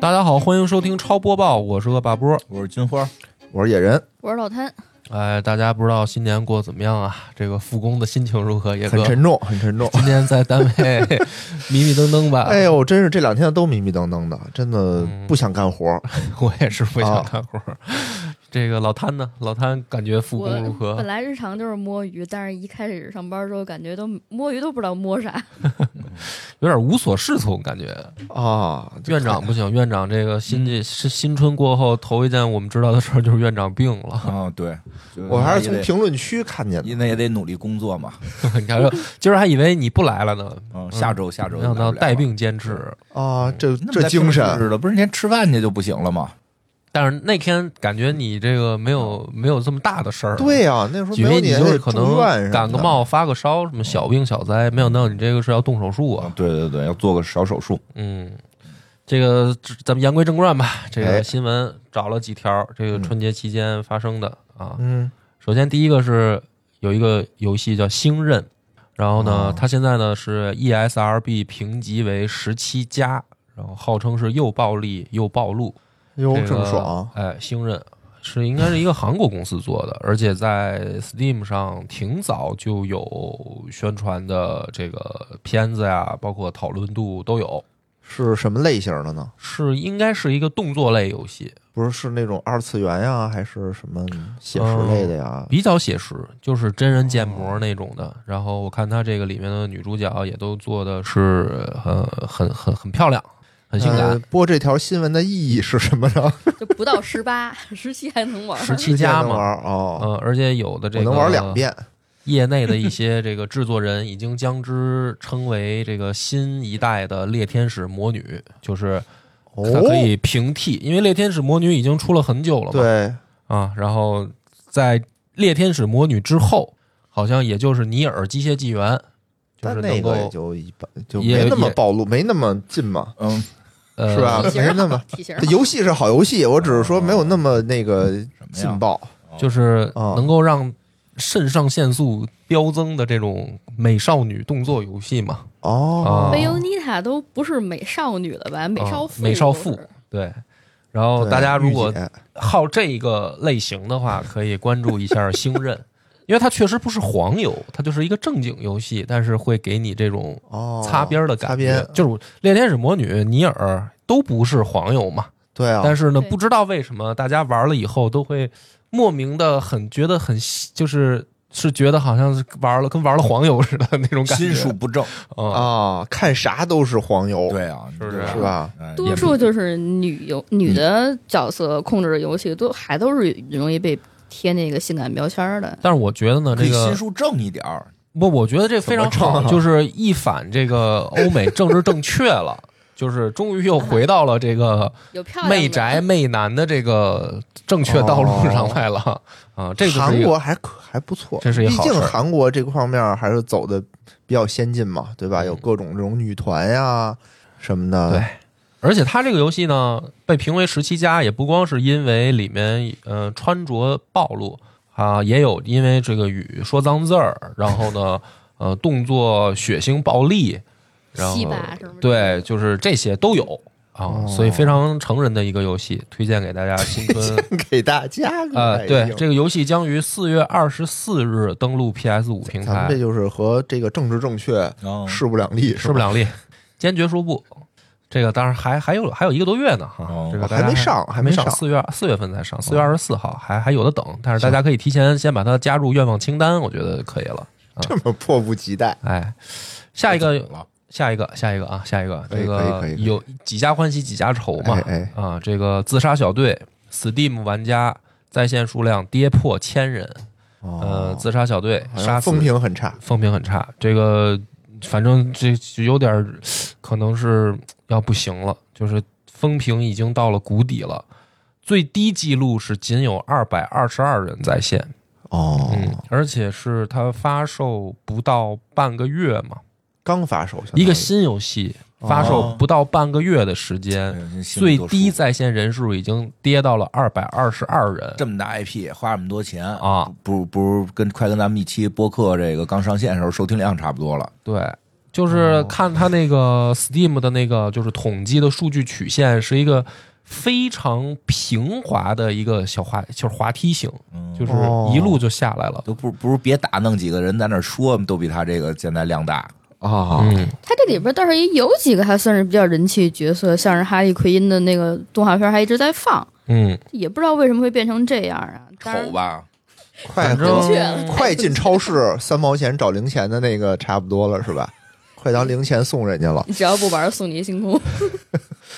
大家好，欢迎收听超播报，我是恶霸波。我是金花，我是野人，我是老贪，哎，大家不知道新年过得怎么样啊？这个复工的心情如何？野很哥，沉重，很 沉重。今天在单位迷迷瞪瞪吧？ 哎呦，真是这两天都迷迷瞪瞪的，真的嗯不想干活儿。我也是不想啊干活儿。哦这个老谭呢？老谭感觉复工如本何？来日常就是摸鱼，但是一开始上班之后，感觉都摸鱼都不知道摸啥。有点无所适从，感觉。啊，院长嗯不行，院长这个新嗯季是新春过后头一件我们知道的事儿就是院长病了。 啊，对，就我还是也从得评论区看见的。因为也得努力工作嘛，你看，今儿还以为你不来了呢，嗯，下周下周没就来想不了到了带，病坚持。啊，嗯这那么这带精病神，似的，不是连吃饭去就不行了吗？但是那天感觉你这个没有没有这么大的事儿，对呀、那时候以没有为还就得是可住能院什么感个的，冒、发个烧，什么小病小灾，没想到你这个是要动手术啊嗯啊。，对对对，要做个小手术，嗯，这个这咱们言归正传吧。这个哎新闻找了几条，这个春节期间发生的啊。嗯，首先第一个是有一个游戏叫《星刃》，然后呢哦，它现在呢是 E ESRB 评级为十七加，然后号称是又暴力又暴露。哟，这这么个爽，啊哎，星刃是应该是一个韩国公司做的，而且在 Steam 上挺早就有宣传的这个片子呀，包括讨论度都有。是什么类型的呢？是应该是一个动作类游戏，不是是那种二次元呀，还是什么写实类的呀？比较写实，就是真人建哦模那种的。然后我看它这个里面的女主角也都做的是呃很很很漂亮，很性呃感。播这条新闻的意义是什么呢？就不到十八、十七还呃能玩儿，十七加能嘛，玩儿哦，嗯，而且有的这我个能玩两遍。业内的一些这个制作人已经将之称为这个新一代的猎天使魔女，就是哦，它可以平替，因为猎天使魔女已经出了很久了嘛。哦对，啊，然后在猎天使魔女之后，好像也就是尼尔机械纪元，就但是那能个也够就一般，就也没那么也暴露，没那么近嘛，嗯，呃是啊吧？体型没那么体型这游戏是好游戏，我只是说没有那么那个嗯什么劲呀？爆。就是啊能够让肾上腺素飙增的这种美少女动作游戏嘛。哦，啊贝欧妮塔都不是美少女了吧？美少妇、啊美少妇对，然后哦大家如果对御姐好这个类型的话，可以关注一下《星刃》，因为它确实不是黄油，它就是一个正经游戏，但是会给你这种哦擦边儿的擦感觉。边，就是《猎天使魔女》《尼尔》都不是黄油嘛，对哦啊，但是是呢，对不知道为什么大家玩了以后都会莫名的很觉得很就是是觉得好像是玩了跟玩了黄油似的那种感觉。心术不正，啊，啊，看啥都是黄油，对啊，是不是是吧？哎？多数就是女游女的角色控制的游戏，都还都是容易被贴那个性感标签儿的。但是我觉得呢，也可这以心个术正一点儿，不，我觉得这非常怎么好，唱啊就是一反这个欧美政治正确了。就是终于又回到了这个有漂亮的嗯媚宅媚男的这个正确道路上来了啊！这就是一哦韩个国还可还不错，这是一毕好竟事儿韩国这个方面还是走的比较先进嘛，对吧？嗯有各种这种女团呀什么的，对，而且它这个游戏呢，被评为十七加，也不光是因为里面呃穿着暴露啊，也有因为这个语说脏字儿，然后呢呃动作血腥暴力，然后戏吧什么的对，就是这些都有啊，哦所以非常成人的一个游戏，推荐给大家新 春。 给大家啊，来一对，个这个游戏将于四月二十四日登陆 PS 五平咱们台这，就是和这个政治正确嗯势不两立，势不是吧？哦两立，坚决说不。这个当然还还有还有一个多月呢哈，哦这个大还家没上，还还没上哦上，，四月四月份才上，四月二十四号，还还有的等。但是大家可以提前先把它加入愿望清单，我觉得可以了。 这么迫不及待。哎，下一个怎么了，下一个，下一个啊，下一个，可以这个可以可以可以有几家欢喜几家愁嘛哎啊，这个自杀小队 Steam 玩家在线数量跌破千人，呃，哦，自杀小队好杀像死风评很差，风评很差，这个反正这这有点儿可能是要不行了，就是风评已经到了谷底了。最低记录是仅有二百二十二人在线，哦，嗯，而且是它发售不到半个月嘛，刚发售，一个新游戏哦发售不到半个月的时间，哎呃最低。心里多舒服在线人数已经跌到了二百二十二人这么大 IP 花这么多钱啊，不不如跟快跟咱们一期播客这个刚上线的时候收听量差不多了，对，哦就是看它那个 Steam 的那个就是统计的数据曲线是一个非常平滑的一个小滑，就是滑梯形，嗯就是一路就下来了。都不不如别打弄几个人在那儿说，都比他这个现在量大。哦啊，嗯，它这里边倒是也有几个还算是比较人气的角色，像是哈利奎因的那个动画片还一直在放，嗯，也不知道为什么会变成这样啊。当然丑吧？快反和正正嗯快进超市三毛钱找零钱的那个差不多了是吧？快当零钱送人家了， 你只要不玩《送你星空》，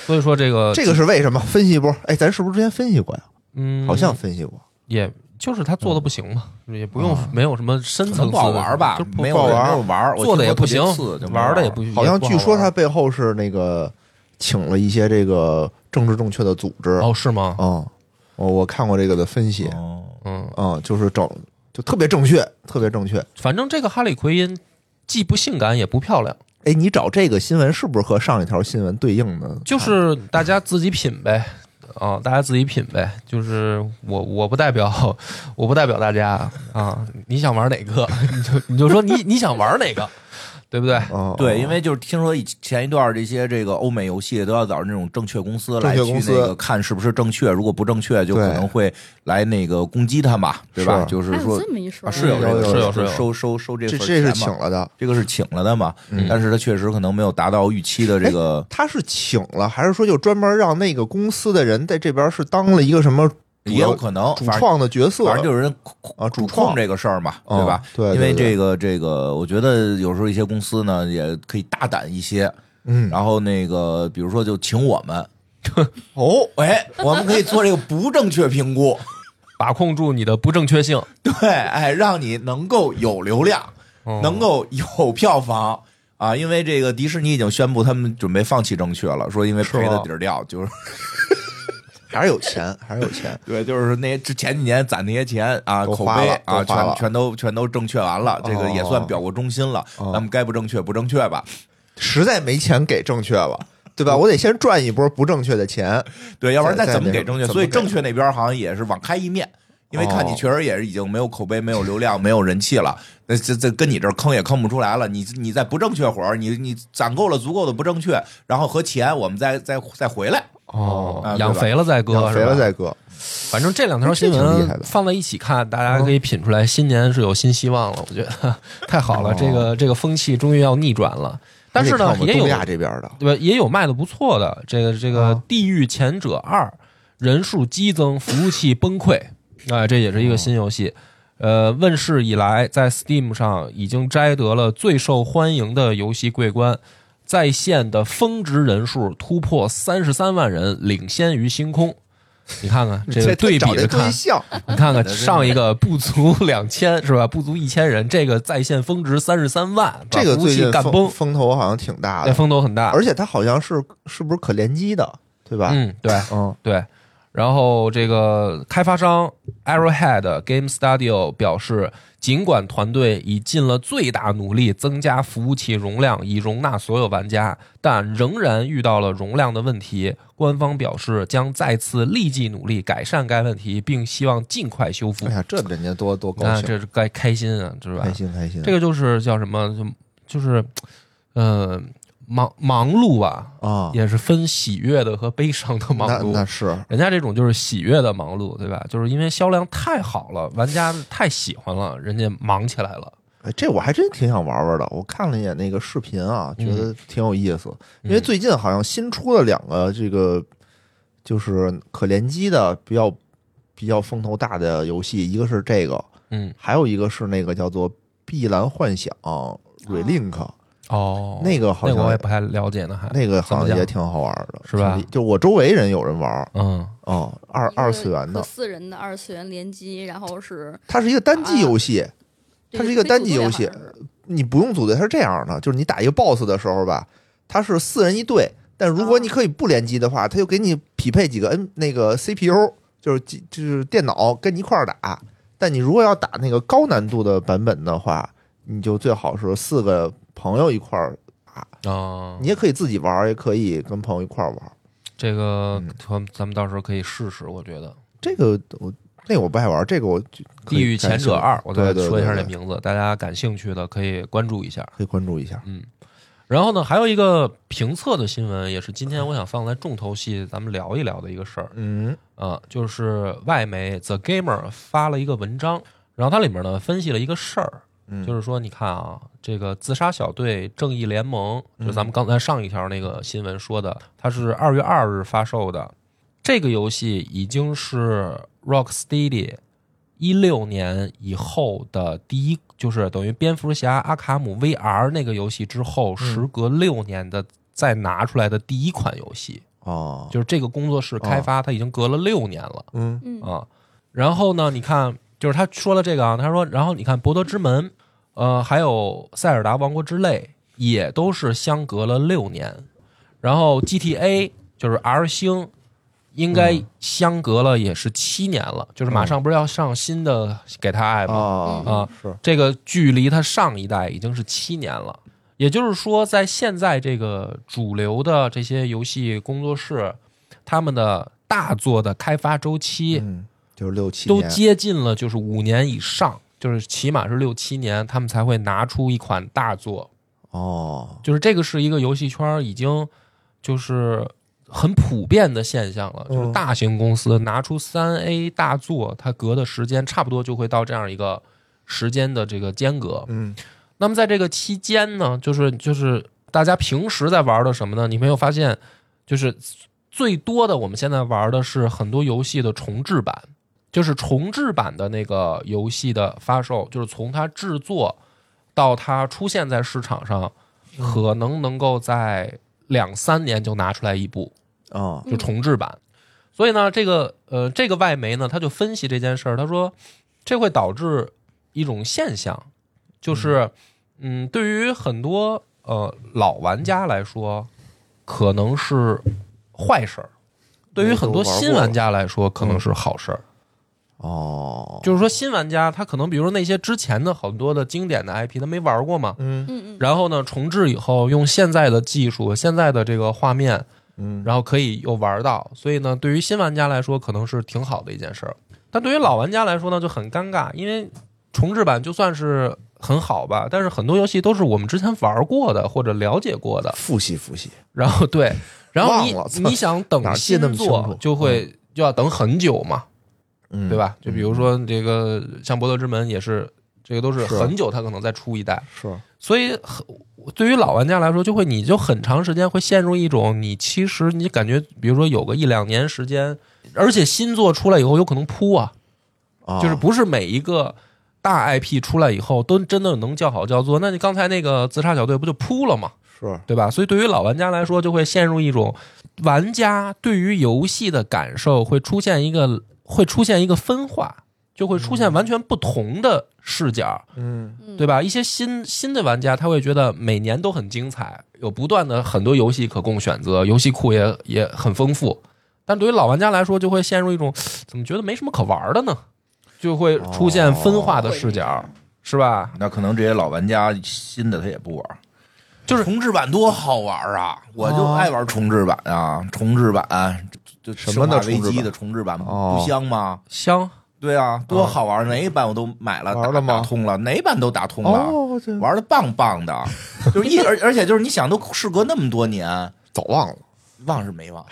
所以说这个这个是为什么？分析一波，哎，咱是不是之前分析过呀？嗯，好像分析过，也就是他做的不行嘛，也不用啊没有什么深哦可层能次不好玩吧就？不没有不好玩没有玩儿，我做的也不行听过特别次，就没玩的也不啊好像据说他他背后是那个请了一些这个政治正确的组织啊，哦是吗？嗯我我看过这个的分析，哦嗯，嗯，就是整就特别正确，特别正确。反正这个哈利奎因既不性感也不漂亮，哎，你找这个新闻是不是和上一条新闻对应的？就是大家自己品呗。啊、大家自己品呗，就是我我不代表我不代表大家啊，你想玩哪个 你就你就说你你想玩哪个，对不对？哦，对，因为为就是听说以前一段这些这个欧美游戏都要找那种证券公司来去证券公司那个看是不是正确，如果不正确就可对能会来那个攻击他嘛，对吧？是就是还有说这么一说啊，是有这有个有是有是有收收收这这份这是钱请嘛，了的，这个是请了的嘛，嗯但是他确实可能没有达到预期的这个他是请了，还是说就专门让那个公司的人在这边是当了一个什么主也有可能，哎主反正创的角色？反正就有人啊主主创控这个事儿嘛，哦对吧？对对因为对这个这个，我觉得有时候一些公司呢也可以大胆一些，嗯，然后那个比如说就请我们， 哦， 哎，我们可以做这个不正确评估， 把控住你的不正确性，对，哎，让你能够有流量，哦嗯能够有票房。啊，因为这个迪士尼已经宣布他们准备放弃正确了，说因为是吗啊赔的底儿掉，就是还是有钱，还是有钱 。对，就是那之前几年攒那些钱啊，都口花碑了啊，都花全了全都全都正确完了，这个也算表过忠心了。哦咱们该不正确不正确吧？ 实在没钱给正确了，对嗯吧？我得先赚一波不正确的钱。对，要不然在再怎么在那给正确？怎么所以给正确那边好像也是网开一面，因为看你哦确实也是已经没有口碑、没有流量、没有人气了，那这这跟你这儿坑也坑不出来了。你你在不正确会儿，你你攒够了足够的不正确，然后和钱我们再再再回来。啊哦对，吧养肥了再割，养肥是吧了再割，反正这两条新哎这挺厉害闻的放在一起看，大家可以品出来，新年是有新希望了。我觉得 太好了，哦这个这个风气终于要逆转了。但是呢还得看，我们也有东亚这边的对吧？也有卖的不错的，这个这个《哦地狱前者二》人数激增，服务器崩溃，啊、这也是一个新游戏。呃，问世以来，在 Steam 上已经摘得了最受欢迎的游戏桂冠，在线的峰值人数突破三十三万人，领先于星空。你看看这个对比找着这看对，象，你看看上一个不足两千是吧？不足一千人，这个在线峰值三十三万， 把这个服务最器近干崩风，风头好像挺大那的，风头很大。而且它好像是是不是可联机的，对吧？嗯，对嗯，对。然后这个开发商 Arrowhead Game Studio 表示，尽管团队已尽了最大努力增加服务器容量以容纳所有玩家，但仍然遇到了容量的问题。官方表示将再次立即努力改善该问题，并希望尽快修复哎。呀，这人家多多高那兴，这是该开心啊，是吧？开心开心。这个就是叫什么？就就是，呃，忙忙碌吧，啊，也是分喜悦的和悲伤的忙那碌。那是人家这种就是喜悦的忙碌，对吧？就是因为销量太好了，玩家太喜欢了，人家忙起来了。哎，这我还真挺想玩玩的。我看了一眼那个视频啊，觉得挺有意思。嗯因为最近好像新出了两个这个，就是可联机的比较比较风头大的游戏，一个是这个，嗯，还有一个是那个叫做《碧蓝幻想 Relink》，哦，那个好那像个我也不太了解呢，还那个好怎么讲像也挺好玩的，是吧挺厉就我周围人有人玩儿，嗯哦，二一个二次元的和，四人的二次元联机，然后是它是一个单啊机游戏，它是一个单机游戏这个可以组队好像是你不用组队，它是这样的，就是你打一个 BOSS 的时候吧，它是四人一队，但如果你可以不联机的话，它就给你匹配几个 N 那个 CPU，就是几就是电脑跟你一块儿打。但你如果要打那个高难度的版本的话，你就最好是四个朋友一块儿，啊你，也可以自己玩儿，也可以跟朋友一块儿玩儿。这个嗯咱咱们到时候可以试试，我觉得这个我那我不爱玩儿，这个我就《可以地狱前者二》，我再对对说一下这对对名字，大家感兴趣的可以关注一下。可以关注一下。嗯，然后呢，还有一个评测的新闻，也是今天我想放在重头戏咱们聊一聊的一个事儿嗯啊、就是外媒 The Gamer 发了一个文章，然后它里面呢分析了一个事儿，嗯，就是说你看啊，这个自杀小队正义联盟，就咱们刚才上一条那个新闻说的，它是二月二日发售的，这个游戏已经是 Rocksteady 一六年以后的第一，就是等于蝙蝠侠阿卡姆 VR 那个游戏之后，时隔六年的再拿出来的第一款游戏，哦，就是这个工作室开发，它已经隔了六年了嗯嗯啊。然后呢，你看，就是他说了这个啊，他说，然后你看《博德之门》，呃，还有《塞尔达王国之泪》，也都是相隔了六年。然后 GTA 就是 R 星，应该相隔了也是七年了，就是马上不是要上新的给他爱吗？啊啊，是这个距离它上一代已经是七年了。也就是说，在现在这个主流的这些游戏工作室，他们的大作的开发周期嗯，就是六七都年接近了，就是五年以上，就是起码是六七年，他们才会拿出一款大作。哦，就是这个是一个游戏圈已经就是很普遍的现象了，嗯就是大型公司拿出三 A 大作，它隔的时间差不多就会到这样一个时间的这个间隔。嗯那么在这个期间呢，就是就是大家平时在玩的什么呢？你没有发现，就是最多的我们现在玩的是很多游戏的重制版，就是重制版的那个游戏的发售，就是从它制作到它出现在市场上，可能能够在两三年就拿出来一部。啊就重置版。所以呢，这个呃，这个外媒呢，他就分析这件事儿，他说这会导致一种现象，就是嗯，对于很多呃老玩家来说，可能是坏事儿；对于很多新玩嗯家来说，可能是好事儿。哦，就是说，新玩家他可能，比如说那些之前的很多的经典的 IP，他没玩过嘛，嗯嗯嗯然后呢，重置以后用现在的技术、现在的这个画面，嗯然后可以又玩到，所以呢，对于新玩家来说可能是挺好的一件事儿，但对于老玩家来说呢就很尴尬，因为重置版就算是很好吧，但是很多游戏都是我们之前玩过的或者了解过的，复习复习，然后 对，然后你忘了操你想哪等儿记新得那么清楚作就会就要等很久嘛，嗯对？吧？就比如说这个像《博德之门》也是，这个都是是很久它可能再出一代，嗯是所以很对于老玩家来说，就会你就很长时间会陷入一种你其实你感觉，比如说有个一两年时间，而且新作出来以后有可能扑啊，啊，就是不是每一个大 IP 出来以后都真的能叫好叫座。那你刚才那个自杀小队不就扑了吗？是对吧？所以对于老玩家来说，就会陷入一种玩家对于游戏的感受会出现一个会出现一个分化，就会出现完全不同的视角。嗯嗯，对吧？一些新新的玩家他会觉得每年都很精彩，有不断的很多游戏可供选择，游戏库也也很丰富。但对于老玩家来说，就会陷入一种怎么觉得没什么可玩的呢？就会哦出现分化的视角，是吧？那可能这些老玩家新的他也不玩，就是重置版多好玩啊！我就啊爱玩重置版啊，重置版就就什么生的化危重置机版的重置版哦不香吗？香，对啊，多好玩！哪一版我都买了，玩了打吗打通了，哪一版都打通了，哦，这玩的棒棒的。就是一而而且就是你想，都事隔那么多年，早忘了，忘是没忘，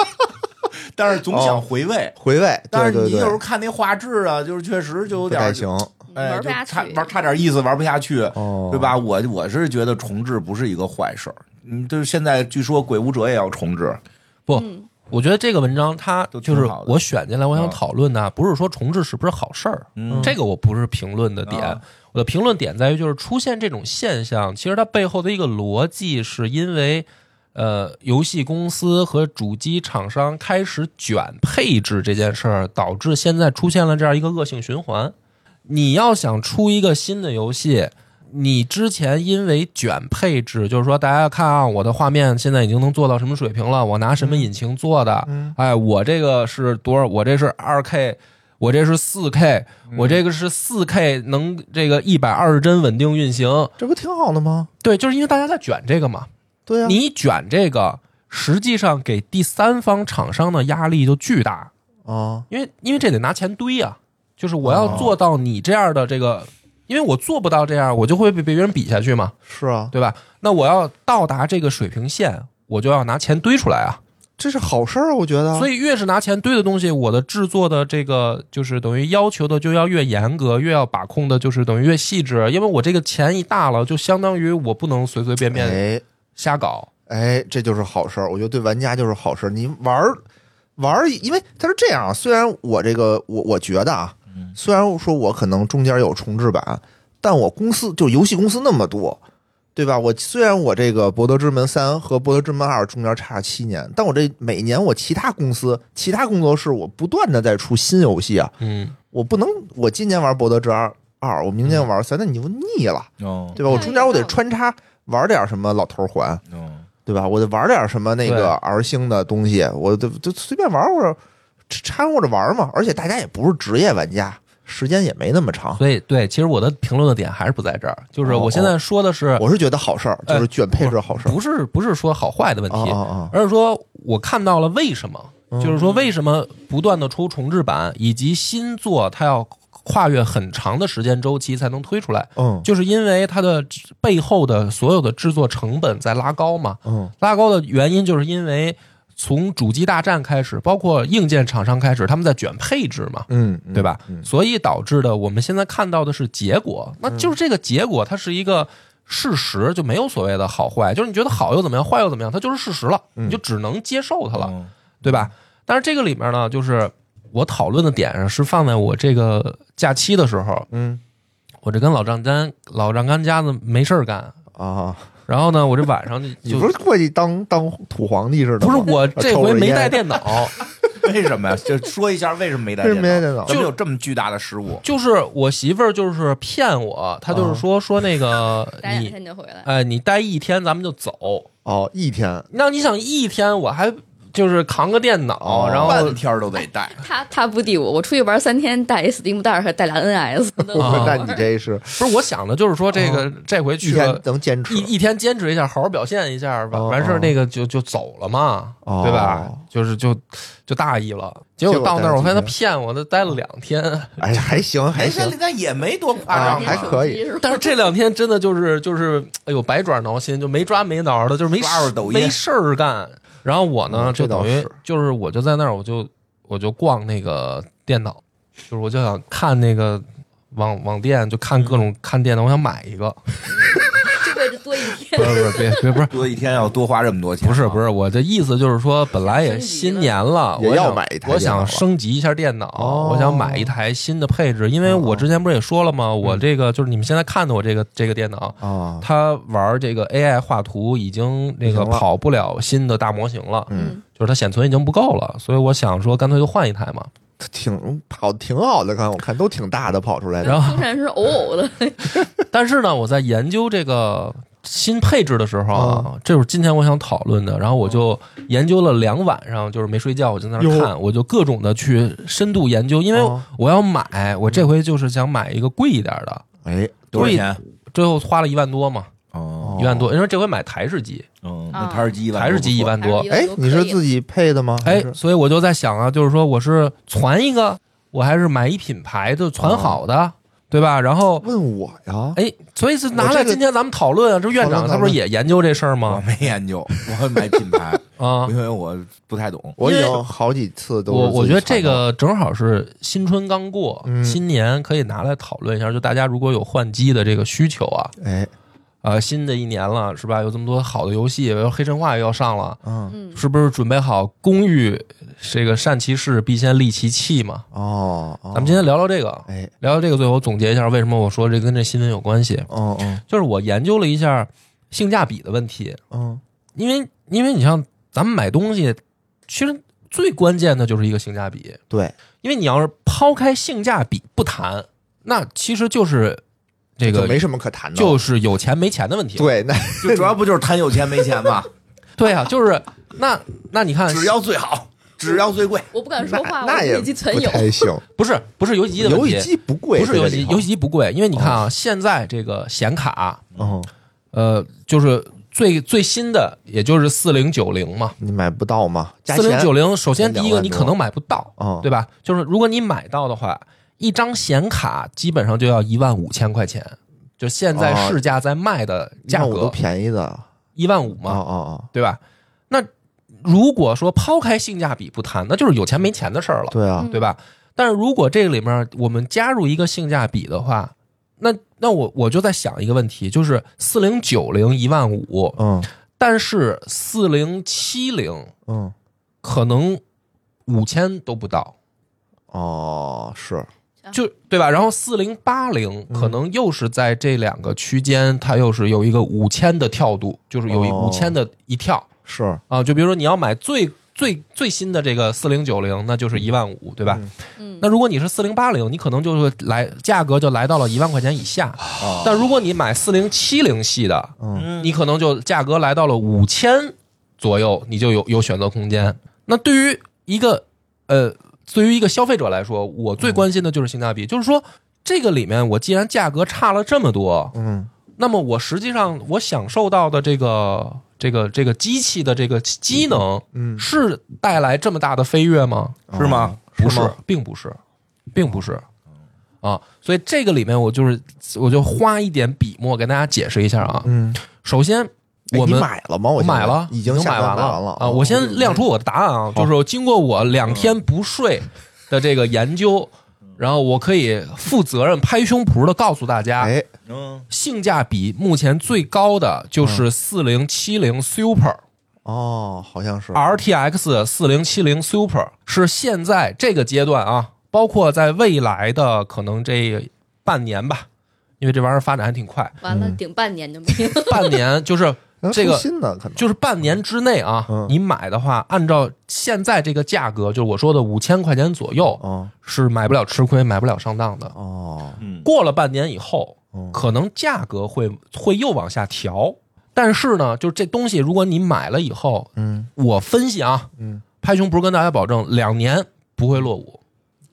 但是总想回味。回味，但是哦你对对有时候对看那画质啊，就是确实就有不点太儿行哎，嗯玩不就下去差玩差点意思，玩不下去，哦，对？吧？我我是觉得重置不是一个坏事儿。嗯，就是现在据说《鬼武者》也要重置，嗯我觉得这个文章它都就挺是好的我选进来，我想嗯讨论的、不是说重置是不是好事儿，嗯这个我不是评论的点。啊我的评论点在于，就是出现这种现象，其实它背后的一个逻辑是因为，呃，游戏公司和主机厂商开始卷配置这件事儿，导致现在出现了这样一个恶性循环。你要想出一个新的游戏，你之前因为卷配置，就是说大家看啊，我的画面现在已经能做到什么水平了，我拿什么引擎做的，嗯哎，我这个是多少？我这是二 K，我这是四 K，、我这个是四 K 能这个一百二十帧稳定运行。这不挺好的吗？对，就是因为大家在卷这个嘛，对啊呀，你一卷这个，实际上给第三方厂商的压力就巨大，啊，因为因为这得拿钱堆啊，就是我要做到你这样的这个。因为我做不到这样，我就会被别人比下去嘛，是啊，对吧？那我要到达这个水平线，我就要拿钱堆出来啊。这是好事儿，我觉得。所以越是拿钱堆的东西，我的制作的这个就是等于要求的就要越严格，越要把控的就是等于越细致，因为我这个钱一大了，就相当于我不能随随便便哎瞎搞。哎，这就是好事儿，我觉得对玩家就是好事儿。你玩儿玩儿，因为它是这样啊，虽然我这个我我觉得啊，虽然说我可能中间有重置版，但我公司就游戏公司那么多，对吧？我虽然我这个《博德之门三》和《博德之门二》中间差了七年，但我这每年我其他公司、其他工作室，我不断的在出新游戏啊，嗯，我不能我今年玩《博德之二二》，我明年玩三，那你就腻了，哦对吧？我中间我得对穿插玩点什么老头环，嗯对吧？我得玩点什么那对个 R 星的东西，我就就随便玩会儿，掺和着玩嘛。而且大家也不是职业玩家，时间也没那么长。所以对，其实我的评论的点还是不在这儿，就是我现在说的是我是觉得好事儿，就是卷配是好事儿。不是哎不是说好坏的问啊题啊，啊！而是说我看到了为什么，就是说为什么不断的出重置版以及新作，它要跨越很长的时间周期才能推出来，嗯就是因为它的背后的所有的制作成本在拉高嘛。嗯拉高的原因就是因为从主机大战开始，包括硬件厂商开始，他们在卷配置嘛。嗯，嗯对吧？嗯所以导致的我们现在看到的是结果，那就是这个结果，它是一个事实，就没有所谓的好坏，就是你觉得好又怎么样，坏又怎么样，它就是事实了，嗯你就只能接受它了，嗯对吧？但是这个里面呢，就是我讨论的点上是放在我这个假期的时候，嗯我这跟老丈干老丈干家子没事儿干，啊，然后呢，我这晚上就 你不就是过去当当土皇帝似的不吗？啊是我这抽回着没烟带电 脑，为什么呀？就说一下为什么没带为什么没带电脑哦怎么有这么巨大的失误？就是我媳妇儿就是骗我，她啊就是说说那个待两你。天就回来。哎，你待一天，咱们就走。哦，一天那你想一天我还就是扛个电脑，哦然后半天都得带，他他不敌我，我出去玩三天，带一 Steam 袋儿还带俩 NS，都 啊玩 那你这是不是我想的，就是说这个、这回哦一去天了能坚持一 一天坚持一下，好好表现一下吧，哦完事儿那个就就走了嘛，哦对吧？就是就就大意了。结结果果到那待儿，了我发现他几骗我，他待了两天。哎呀，还行 还行哎那那也没多夸啊张吧，还可以手机是吧 但是这两天真的就是就是，哎呦，百爪挠心，就没抓没挠的，就是没刷会儿事抖音没事儿干。然后我呢，嗯就这倒等于是就是我就在那儿，我就我就逛那个电脑，就是我就想看那个网网店，就看各种看电脑，我想买一个。这个多一天，不是不是别别不是多一天要多花这么多钱，啊不啊是不是，是，我的意思就是说，本来也升级新了年了，也我要想买一台我电脑想了升级一下电脑，哦嗯我想买一台新的配置，因为我之前不是也说了吗？我这个就是你们现在看的我这个这个电脑，啊，它玩这个 AI 画图已经那个不行了跑不了新的大模型了，嗯，就是它显存已经不够了，所以我想说干脆就换一台嘛。挺跑得挺好的，刚才我看都挺大的跑出来的然后风嗯扇是偶偶的，但是呢，我在研究这个新配置的时候啊，这就是今天我想讨论的。然后我就研究了两晚上，就是没睡觉，我就在那儿看，我就各种的去深度研究，因为哦我要买，我这回就是想买一个贵一点的，哎，多少钱？啊最后花了一万多嘛，哦，一万多，因为这回买台式机，嗯，啊那台式机一万，台式机一，万多，哎，你是自己己配的吗？还哎是，所以我就在想啊，就是说我是攒一个，我还是买一品牌就攒好的，对吧？然后。问我呀？哎，所以是拿哦我这来个今天咱们讨论啊，这院讨长论他不讨是论也研究这事儿我吗？没研究，我买品 牌，啊，哦因为我不太懂。我已因为经好几次都是我我觉得自这己传的，个正好是新春刚过，嗯新年可以拿来讨论一下。就大家如果有换机的这个需求啊，哎，呃，新的一年了是吧？有这么多好的游戏，有黑神话又要上了，嗯，是不是准备好攻欲这个善其事，必先利其器嘛？哦，咱咱们今天聊聊这个，哎，聊聊这个，最后总结一下为什么我说这跟这新闻有关系。嗯嗯就是我研究了一下性价比的问题，嗯，因为因为你像咱们买东西，其实最关键的就是一个性价比。对，因为你要是抛开性价比不谈，那其实就是这就个没什么可谈的，就是有钱没钱的问题。对，那就主要不就是贪有钱没钱 吗？对啊，就是那那你看，只要最好，只要最贵。我不敢那说话，那我也已经存不有，太行， 不是不是游戏机的游问戏题，机不贵，不是游戏机游戏戏，机不贵，因为你看哦啊，现在这个显卡，嗯，呃，就是最最新的也就是四零九零嘛，你买不到吗？加四零钱九零，首先第一两个万你多可能买不到，嗯对吧？就是如果你买到的话，一张显卡基本上就要一万五千块钱，就现在哦市价在卖的价我都格便宜的一万五哦嘛，哦对吧？那如果说抛开性价比不谈，那就是有钱没钱的事儿哦，了，对啊嗯，对吧？但是如果这里面我们加入一个性价比的话，那那我我就在想一个问题，就是四零九零一万五，嗯但是四零七零嗯可能五千都不到，哦是，就对吧？然后四零八零可嗯能又是在这两个区间，它又是有一个五千的跳度，就是有一哦五千的一跳是，啊。就比如说你要买最最最新的这个四零九零，那就是一万五，对吧？嗯嗯那如果你是四零八零，你可能就会来价格就来到了一万块钱以下。啊但如果你买四零七零系的，哦嗯嗯你可能就价格来到了五千左右，你就有有选择空间。那对于一个呃，对于一个消费者来说，我最关心的就是性价比，就是说这个里面我既然价格差了这么多，嗯那么我实际上我享受到的这个这个这个机器的这个机能嗯是带来这么大的飞跃吗？是吗？不是是吗，并不是，并不是。啊，所以这个里面我就是我就花一点笔墨跟大家解释一下啊。嗯，首先，哎我你们买了吗？我我现在买了，已经我下买单完买哦完啊！我先亮出我的答案嗯啊，就是经过我两天不睡的这个研究，嗯然后我可以负责任拍胸脯的告诉大家，哎，嗯，性价比目前最高的就是四零七零 Super。哦，好像是， RTX 四零七零 Super 是现在这个阶段啊，包括在未来的可能这半年吧，因为这玩意儿发展还挺 快，完嗯了顶半年就没有。半年就是能出这个新的可能就是半年之内啊嗯，你买的话，按照现在这个价格，就是我说的五千块钱左右，哦是买不了吃亏，买不了上当的。哦嗯过了半年以后，嗯可能价格会会又往下调，但是呢，就是这东西，如果你买了以后，嗯我分析啊，嗯，拍胸脯跟大家保证，两年不会落伍。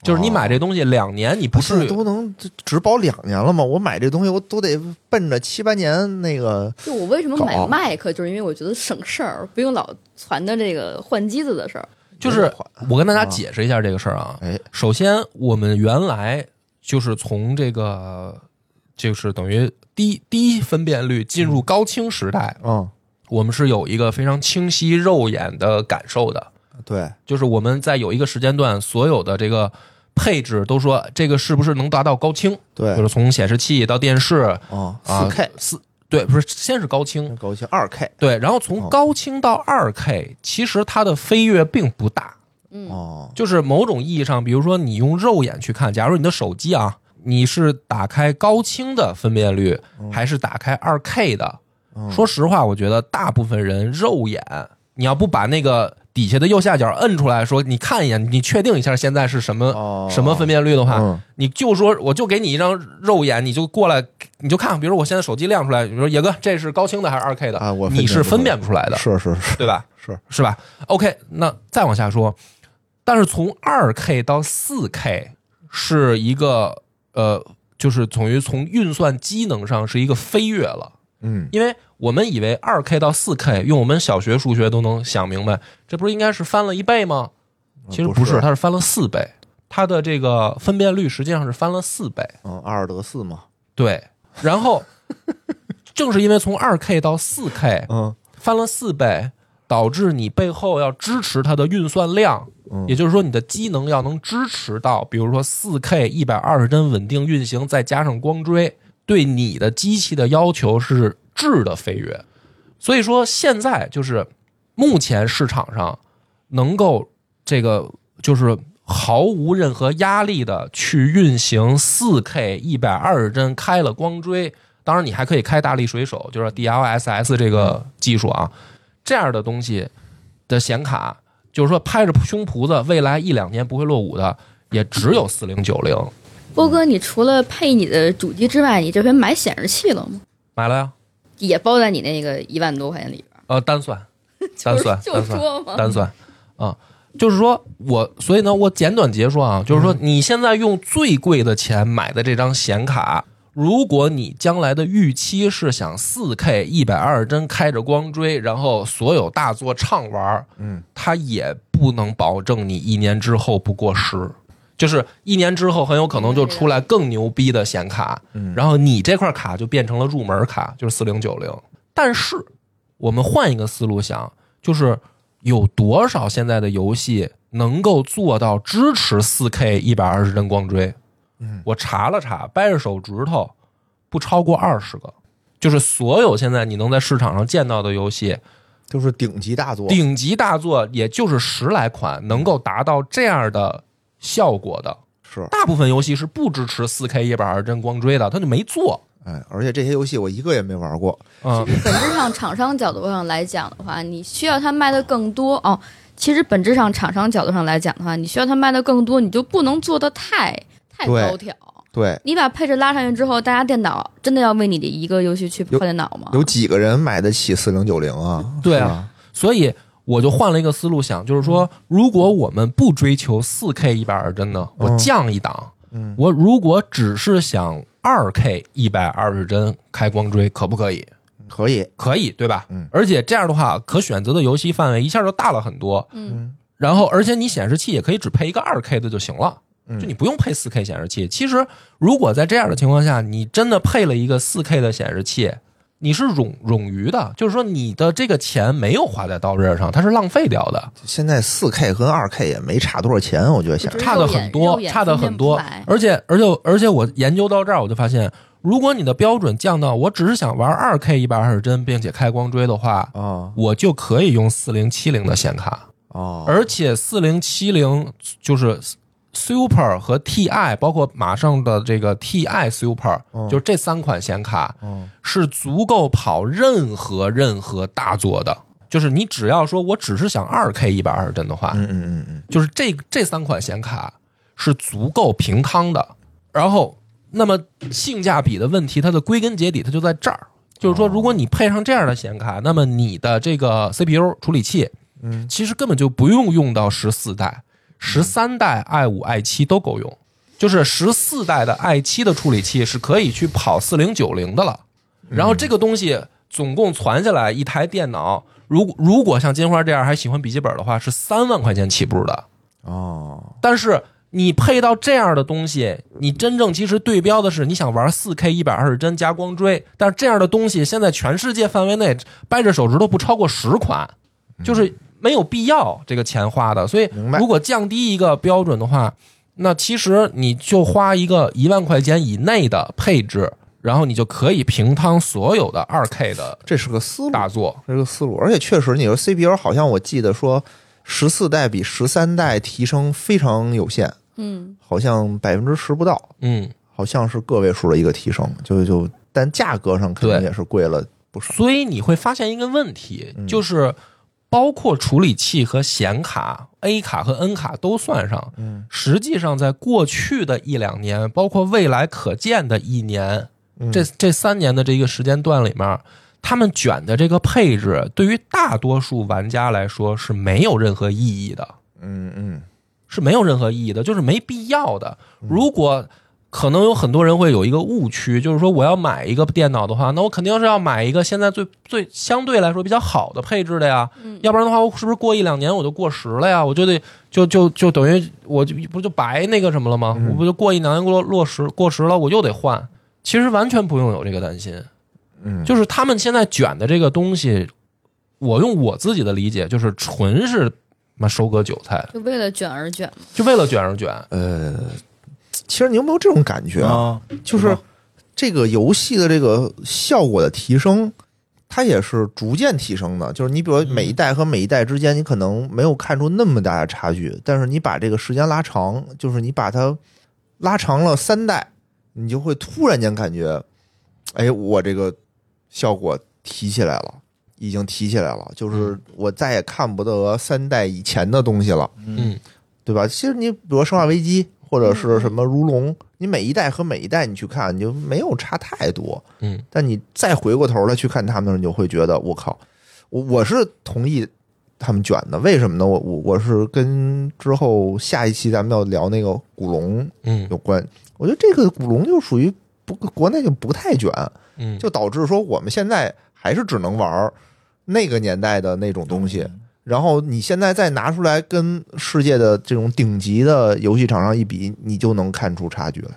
就是你买这东西两年，你不现在至于哦都能只只保两年了吗？我买这东西我都得奔着七八年那个就我为什么买搞啊麦克，就是因为我觉得省事儿，不用老攒着这个换机子的事儿。就是款啊我跟大家解释一下这个事儿啊。哎首先，我们原来就是从这个就是等于低低分辨率进入高清时代，嗯我们是有一个非常清晰肉眼的感受的。对就是我们在有一个时间段，所有的这个配置都说这个是不是能达到高清，对就是从显示器到电视啊啊四 K 四对，不是先是高清，高清二 K 对，然后从哦高清到二 K，其实它的飞跃并不大，嗯，哦就是某种意义上，比如说你用肉眼去看，假如你的手机啊，你是打开高清的分辨率，还是打开二 K 的？嗯说实话，我觉得大部分人肉眼，你要不把那个底下的右下角摁出来说，你看一眼，你确定一下现在是什么、哦什么分辨率的话，嗯你就说我就给你一张肉眼，你就过来，你就看，比如我现在手机亮出来，你说野哥这是高清的还是二 K 的啊我分辨你是分辨不出来的，是是是对吧？是是吧？OK，那再往下说，但是从二 K 到四 K 是一个呃，就是从于从运算机能上是一个飞跃了，嗯因为我们以为二 K 到四 K，用我们小学数学都能想明白，这不是应该是翻了一倍吗？其实不不是，是它是翻了四倍，它的这个分辨率实际上是翻了四倍。嗯阿尔得四嘛对，然后正是因为从二 K 到四 K 嗯翻了四倍，导致你背后要支持它的运算量，嗯也就是说你的机能要能支持到，比如说四 K 一百二十帧稳定运行，再加上光追，对你的机器的要求是质的飞跃。所以说现在就是目前市场上能够这个就是毫无任何压力的去运行四 K 一百二十帧开了光追，当然你还可以开大力水手，就是 DLSS 这个技术啊，这样的东西的显卡，就是说拍着胸脯子，未来一两年不会落伍的，也只有四零九零波哥，你除了配你的主机之外，你这回买显示器了吗？买了呀，也包在你那个一万多块钱里边儿。呃，单算，单算，就单是就算。说嘛，单算啊。就是说我，所以呢，我简短截说啊，就是说，你现在用最贵的钱买的这张显卡，如果你将来的预期是想四 K 一百二十帧开着光追，然后所有大作畅玩，嗯，它也不能保证你一年之后不过时。就是一年之后很有可能就出来更牛逼的显卡，嗯然后你这块卡就变成了入门卡，就是四零九零。但是我们换一个思路想，就是有多少现在的游戏能够做到支持四 K 一百二十帧光追？嗯，我查了查，掰着手指头不超过二十个，就是所有现在你能在市场上见到的游戏，就是顶级大作，顶级大作也就是十来款能够达到这样的效果的。是大部分游戏是不支持四 K 一百二十帧光追的，它就没做。哎，而且这些游戏我一个也没玩过，嗯，本质上，厂商角度上来讲的话，你需要它卖的更多哦。其实本质上，厂商角度上来讲的话，你需要它卖的更多，你就不能做的太太对高挑。对，你把配置拉上去之后，大家电脑真的要为你的一个游戏去有换电脑吗？有几个人买得起四零九零啊？啊对啊是吧，所以我就换了一个思路想，就是说，如果我们不追求四 K 一百二十帧呢，我嗯降一档。嗯我如果只是想二 K 一百二十帧开光追，可不可以？嗯可以，可以，对吧？嗯。而且这样的话，可选择的游戏范围一下就大了很多。嗯，然后，而且你显示器也可以只配一个二 K 的就行了，嗯就你不用配四 K 显示器。其实，如果在这样的情况下，你真的配了一个四 K 的显示器，你是冗冗余的，就是说你的这个钱没有花在刀刃上，它是浪费掉的，现在四 K 跟二 K 也没差多少钱，我觉得现在就是差的很肉多，眼差的很多分辨不出来。而且，而且，而且，我研究到这儿，我就发现，如果你的标准降到我只是想玩二 K 一百二十帧，并且开光追的话，啊我就可以用四零七零的显卡。啊，而且四零七零就是 Super 和 TI，包括马上的这个 TI Super，、嗯就是这三款显卡嗯是足够跑任何任何大作的。就是你只要说我只是想二 K 一百二十帧的话，嗯嗯嗯嗯，就是这这三款显卡是足够平康的。然后，那么性价比的问题，它的归根结底它就在这儿，就是哦说，如果你配上这样的显卡，那么你的这个 CPU 处理器，嗯，其实根本就不用用到十四代、十三代 i 五 i 七都够用。就是十四代的 i 七的处理器是可以去跑四零九零的了。然后这个东西总共攒下来一台电脑，如果如果像金花这样还喜欢笔记本的话，是三万块钱起步的。哦，但是你配到这样的东西，你真正其实对标的是你想玩四 K 一百二十帧加光追，但是这样的东西现在全世界范围内掰着手指头不超过十款，就是没有必要这个钱花的。所以明白如果降低一个标准的话，那其实你就花一个一万块钱以内的配置，然后你就可以平摊所有的二 K 的这是个思路，大作。这是个思路。而且确实，你说 CPU 好像我记得说十四代比十三代提升非常有限，嗯，好像百分之十不到，嗯，好像是个位数的一个提升，就就但价格上肯定对也是贵了不少。所以你会发现一个问题，嗯就是包括处理器和显卡、A 卡和 N 卡都算上，嗯实际上在过去的一两年，包括未来可见的一年，嗯这这三年的这个时间段里面，他们卷的这个配置，对于大多数玩家来说是没有任何意义的。嗯嗯是没有任何意义的，就是没必要的。如果可能有很多人会有一个误区，就是说我要买一个电脑的话，那我肯定是要买一个现在最最相对来说比较好的配置的呀，要不然的话，我是不是过一两年我就过时了呀？我就得就就就等于我就不就白那个什么了吗？我不就过一两年过落实过时了，我又得换。其实完全不用有这个担心，嗯，就是他们现在卷的这个东西，我用我自己的理解，就是纯是妈收割韭菜，就为了卷而卷嘛。就为了卷而卷。呃，其实你有没有这种感觉啊？啊，就是这个游戏的这个效果的提升，它也是逐渐提升的。就是你比如每一代和每一代之间，你可能没有看出那么大的差距，但是你把这个时间拉长，就是你把它拉长了三代，你就会突然间感觉，哎，我这个效果提起来了。已经提起来了，就是我再也看不得三代以前的东西了。嗯，对吧？其实你比如说《生化危机》或者是什么《如龙》，你每一代和每一代你去看，你就没有差太多。嗯，但你再回过头来去看他们的时候，你就会觉得我靠，我我是同意他们卷的。为什么呢？我我我是跟之后下一期咱们要聊那个古龙嗯有关。我觉得这个古龙就属于不国内就不太卷，嗯，就导致说我们现在还是只能玩儿那个年代的那种东西。然后你现在再拿出来跟世界的这种顶级的游戏厂商一比，你就能看出差距来。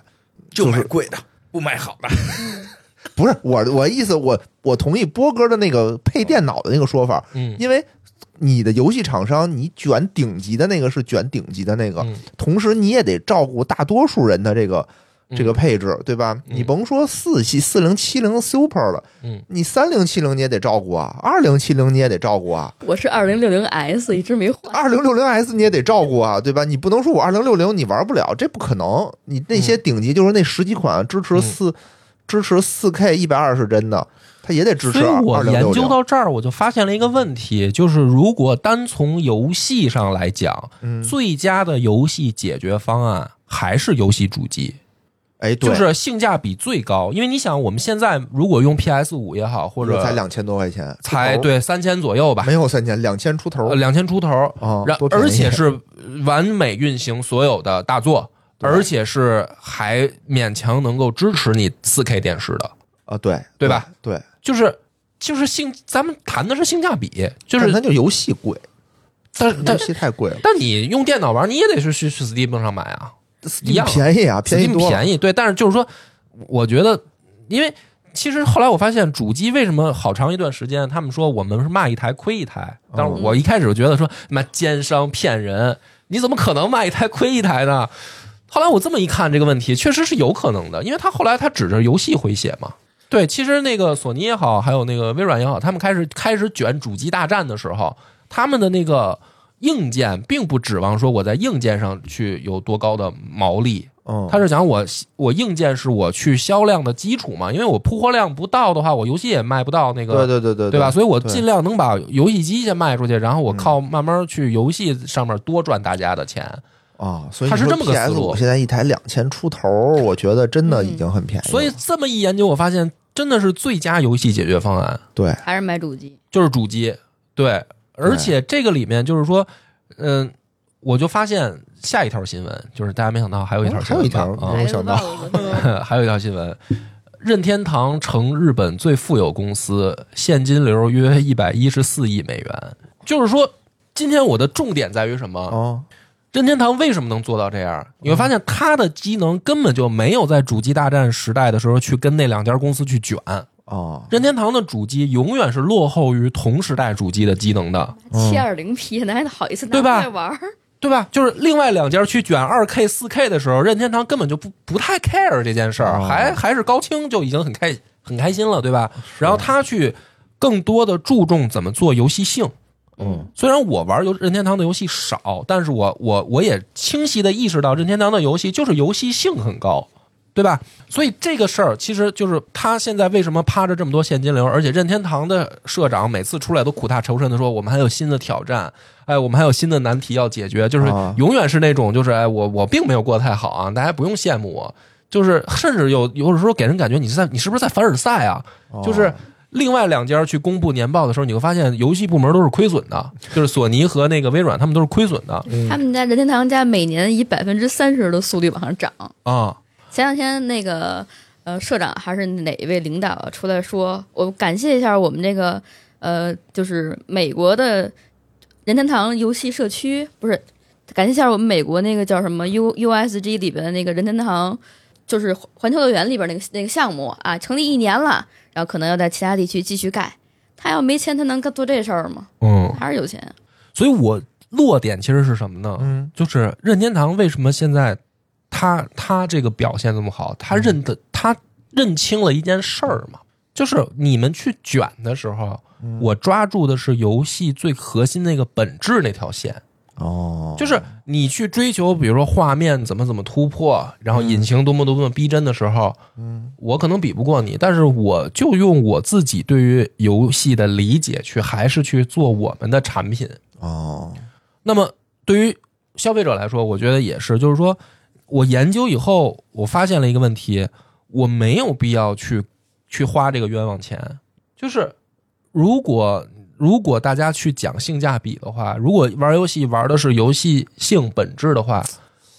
就买贵的，不买好的。不是我我意思，我我同意波哥的那个配电脑的那个说法，嗯因为你的游戏厂商，你卷顶级的那个是卷顶级的那个，嗯同时你也得照顾大多数人的这个嗯这个配置，对吧？嗯你甭说四系四零七零 Super 了，嗯，你三零七零你也得照顾啊，二零七零你也得照顾啊，我是二零六零 S，一直没换。二零六零 S 你也得照顾啊，对吧？你不能说我二零六零你玩不了，这不可能。你那些顶级就是那十几款支嗯持四、支持四 K 一百二十帧的，它也得支持啊所以我二零研六究零。到这儿，我就发现了一个问题，就是如果单从游戏上来讲，嗯，最佳的游戏解决方案还是游戏主机。哎，对，就是性价比最高。因为你想，我们现在如果用 PS 五也好，或者才两千多块钱，才出头，对三千左右吧，没有三千，两千出头呃，两千出头，啊，然多便宜而且是完美运行所有的大作，对而且是还勉强能够支持你四 K 电视的，啊，对对吧？对，就是。就是性，咱们谈的是性价比，就但它是，就游戏贵，但但游戏太贵了，但你用电脑玩，你也得是去去 Steam 上买啊，一样便宜啊，便宜 Steam 多了，便宜，对。但是就是说，我觉得，因为其实后来我发现，主机为什么好长一段时间，他们说我们是卖一台亏一台，但嗯是我一开始觉得说，妈奸商骗人，你怎么可能卖一台亏一台呢？后来我这么一看，这个问题确实是有可能的，因为他后来他指着游戏回血嘛。对，其实那个索尼也好，还有那个微软也好，他们开始开始卷主机大战的时候，他们的那个硬件并不指望说我在硬件上去有多高的毛利，嗯，他是讲我我硬件是我去销量的基础嘛，因为我铺货量不到的话，我游戏也卖不到那个，对对对对嗯对吧？所以我对尽量能把游戏机先卖出去，然后我靠慢慢去游戏上面多赚大家的钱。啊，所以它是这么个思 PS 路五现在一台两千出头，我觉得真的已经很便宜了，所以这么一研究，我发现真的是最佳游戏解决方案对，还是买主机，就是主机，对，而且这个里面就是说，嗯，我就发现下一条新闻就是大家没想到还有一条哦新还有闻一吧、条啊没有买想个 到还有一条新闻，任天堂成日本最富有公司，现金流约一百一十四亿美元。就是说，今天我的重点在于什么？啊，任天堂为什么能做到这样？你会发现它的机能根本就没有在主机大战时代的时候去跟那两家公司去卷。哦，任天堂的主机永远是落后于同时代主机的机能的，七二零 P，哪嗯还好意思拿对出吧来玩儿？对吧？就是另外两家去卷二 K、四 K 的时候，任天堂根本就不不太 care 这件事儿，哦还还是高清就已经很开很开心了，对吧？然后他去更多的注重怎么做游戏性。嗯，虽然我玩游任天堂的游戏少，但是我我我也清晰的意识到任天堂的游戏就是游戏性很高，对吧？所以这个事儿其实就是他现在为什么趴着这么多现金流，而且任天堂的社长每次出来都苦大仇深的说我们还有新的挑战，哎，我们还有新的难题要解决，就是啊永远是那种就是哎我我并没有过得太好啊，大家不用羡慕我，就是甚至有有的时候给人感觉你是在你是不是在凡尔赛啊？哦就是另外两家去公布年报的时候，你会发现游戏部门都是亏损 的，就是索尼和那个微软，他们都是亏损的他们家任天堂家每年以百分之三十的速率往上涨。啊。前两天那个呃社长还是哪一位领导啊出来说，我感谢一下我们这个呃就是美国的任天堂游戏社区，不是感谢一下我们美国那个叫什么 U USG 里边的那个任天堂，就是环环球乐园里边那个那个项目啊，成立一年了，然后可能要在其他地区继续盖。他要没钱，他能干做这事儿吗？嗯，还是有钱？所以我落点其实是什么呢？嗯，就是任天堂为什么现在他他这个表现这么好？他认得他认清了一件事儿嘛，就是你们去卷的时候，我抓住的是游戏最核心那个本质那条线。哦，就是你去追求，比如说画面怎么怎么突破，然后引擎多么多么逼真的时候，嗯，我可能比不过你，但是我就用我自己对于游戏的理解去，还是去做我们的产品。哦，那么对于消费者来说，我觉得也是，就是说我研究以后，我发现了一个问题，我没有必要去去花这个冤枉钱。就是如果如果大家去讲性价比的话，如果玩游戏玩的是游戏性本质的话，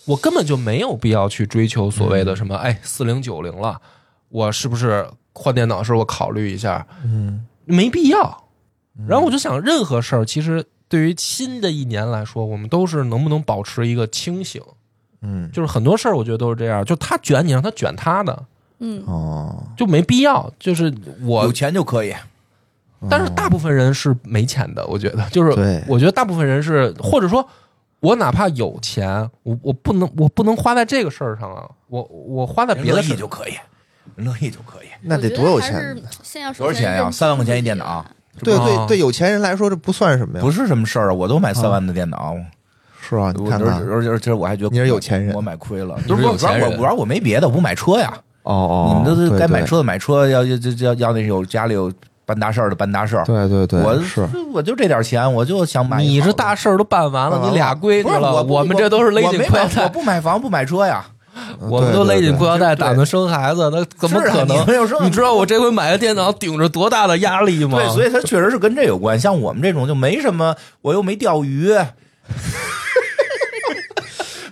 我根本就没有必要去追求所谓的什么，哎，四零九零了，我是不是换电脑时候我考虑一下？嗯，没必要。然后我就想，任何事儿其实对于新的一年来说，我们都是能不能保持一个清醒？嗯，就是很多事儿，我觉得都是这样，就他卷你，让他卷他的，嗯，哦，就没必要。就是我有嗯钱就可以。但是大部分人是没钱的，我觉得就是对，我觉得大部分人是，或者说，我哪怕有钱，我我不能我不能花在这个事儿上啊，我我花在别乐的意事就可以，乐意就可以。那得多有钱？先要多少钱呀三万块钱一电脑啊对哦对对，有钱人来说这不算什么呀，不是什么事儿啊，我都买三万的电脑，是啊，你我看而看，而而且我还觉得你是有钱人我买亏了。你是有钱人我主要我没别的，我不买车呀。哦哦，你们都对是该买。对车的买车，要要要要那有家里有办大事儿的办大事儿。对对对，我是我就这点钱，我就想买一好的。你这大事儿都办完办了，完你俩了闺女不是了，我不我们这都是勒我紧没裤腰买我带，不买房不买车呀，我们都勒紧裤腰带，对对对打算生孩子，那怎么是啊可你能没有？说你知道我这回买个电脑顶着多大的压力吗？对，所以它确实是跟这有关。像我们这种就没什么，我又没钓鱼，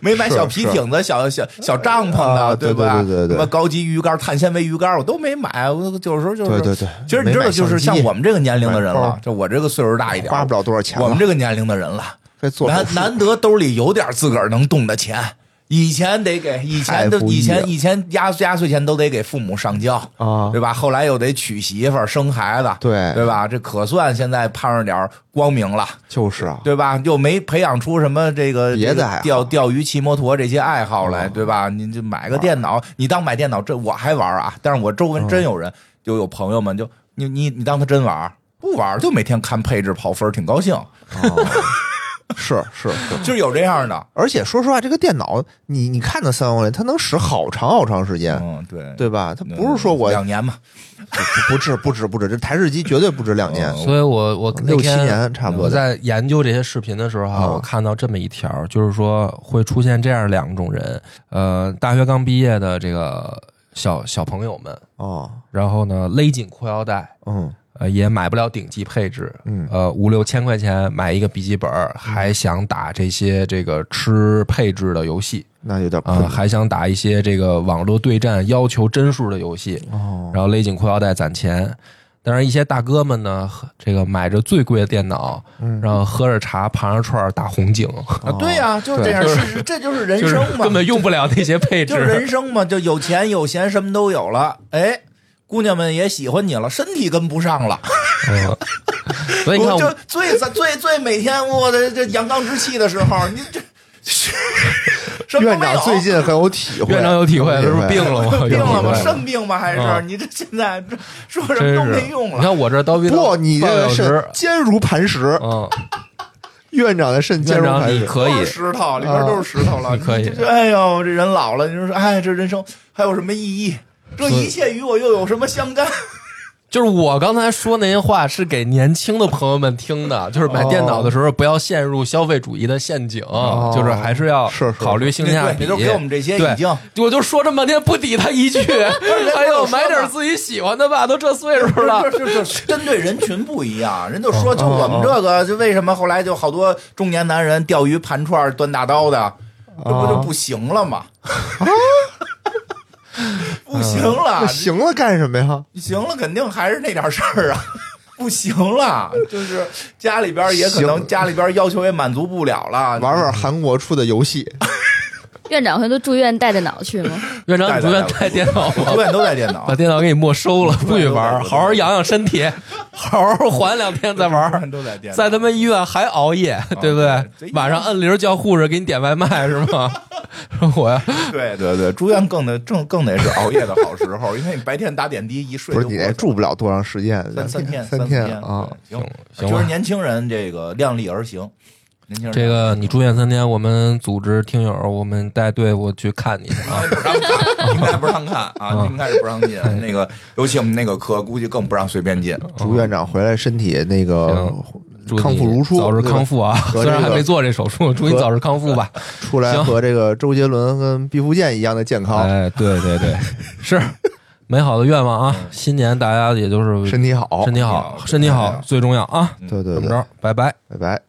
没买小皮艇子、小小小帐篷的，啊吧？对对对对什对么高级鱼竿、碳纤维鱼竿我都没买，我有时候就是对对对，其实你知道，就是像我们这个年龄的人买了包，就我这个岁数大一点，花不了多少钱了，我们这个年龄的人了，该做手难术难得兜里有点自个儿能动的钱。以前得给，以前都太不易以前了以前压压岁钱都得给父母上交，啊对，吧？后来又得娶媳妇儿、生孩子，对对吧？这可算现在盼上点儿光明了，就是啊，对吧？又没培养出什么这个别的这个爱好哦钓钓鱼、骑摩托这些爱好来，对吧？你就买个电脑，你当买电脑，这我还玩啊。但是我周围嗯真有人，就有朋友们就你你你当他真玩儿不玩儿就每天看配置跑分儿，挺高 兴，哦是是是，就是有这样的。而且说实话，这个电脑你你看它三万块钱，它能使好长好长时间，嗯，对对吧？它嗯不是说我两年嘛，不不止不止不止，这台式机绝对不止两年，嗯所以我我那六七天年差不多我的在研究这些视频的时候啊，啊我看到这么一条，就是说会出现这样两种人，呃，大学刚毕业的这个小小朋友们，哦，然后呢勒紧裤腰带，嗯呃，也买不了顶级配置，嗯呃，五六千块钱买一个笔记本，还想打这些这个吃配置的游戏那有点啊、困难还想打一些这个网络对战要求帧数的游戏，哦，然后勒紧裤腰带攒钱。但是，一些大哥们呢，呵这个买着最贵的电脑，嗯然后喝着茶，盘着串儿打红警，啊对呀，就是这样，对是是这就是人就是生嘛，根本用不了那些配就是人置。生嘛，就有钱有闲，什么都有了，哎。姑娘们也喜欢你了，身体跟不上了，嗯所以你看，我就最最最每天我的这阳刚之气的时候，你 这什么都院没长有最近很有体 会，院长有体会，是不是病了吗？有病体了会吗？肾病吗？还是嗯你这现在这说什么真都是没用你了？看我这刀逼不，你这半个小时肾，坚如磐石，嗯，院长的肾坚院如长磐你石。可以啊都，是石头里边都是石头了，你可以这哎呦，这人老了，你说哎，这人生还有什么意义？这一切与我又有什么相干？就是我刚才说那些话是给年轻的朋友们听的，就是买电脑的时候不要陷入消费主义的陷阱，就是还是要是是考虑性价哦对，比。你都给我们这些对已经。我就说这么半天不抵他一 句，哎呦，买点自己喜欢的吧，都这岁数了不。 是，就是就是针对人群不一样，人就哦说就我们这个，就为什么后来就好多中年男人钓鱼、盘串、端大刀的，这不哦就不行了吗？啊 不行了那，行了，干什么嗯呀？行了，肯定还是那点事儿啊。 不行了，就是家里边也可能行家里边要求也满足不了了，玩嗯玩韩国出的游戏，院长会都住院带着脑去吗？院长，你不愿带电脑吗永？远都在电 脑把，电脑给你没收了，不许玩，对对对好好养养身 体，好好缓两天再永玩远。都在电脑，在他妈医院还熬夜，对不啊对对？晚上摁铃叫护士给你点外卖是吗？ 说我呀，对对对，住院更得更更得是熬夜的好时候，因为你白天打点滴一睡不就是你这住不了多长时间，三三天，天，三三啊！对行，行就吧是年轻人这个量力而行，年轻人这个你住院三天，我们组织听友，我们带队伍去看你啊。啊不让看，应该不让看啊，嗯应该是不让进。那个，尤其我们那个科，估计更不让随便进。朱院长回来身体那个啊祝你 康复如初，早日对吧康复啊！和 虽这个然还没做这手术，祝你早日康复 吧。出来行和这个周杰伦跟毕福剑一样的健康，哎，对对 对，是美好的愿望啊！新年大家也就是嗯身体好，哎身体身体好，好身体对好最重要啊！对怎对么对，着？拜拜。拜拜。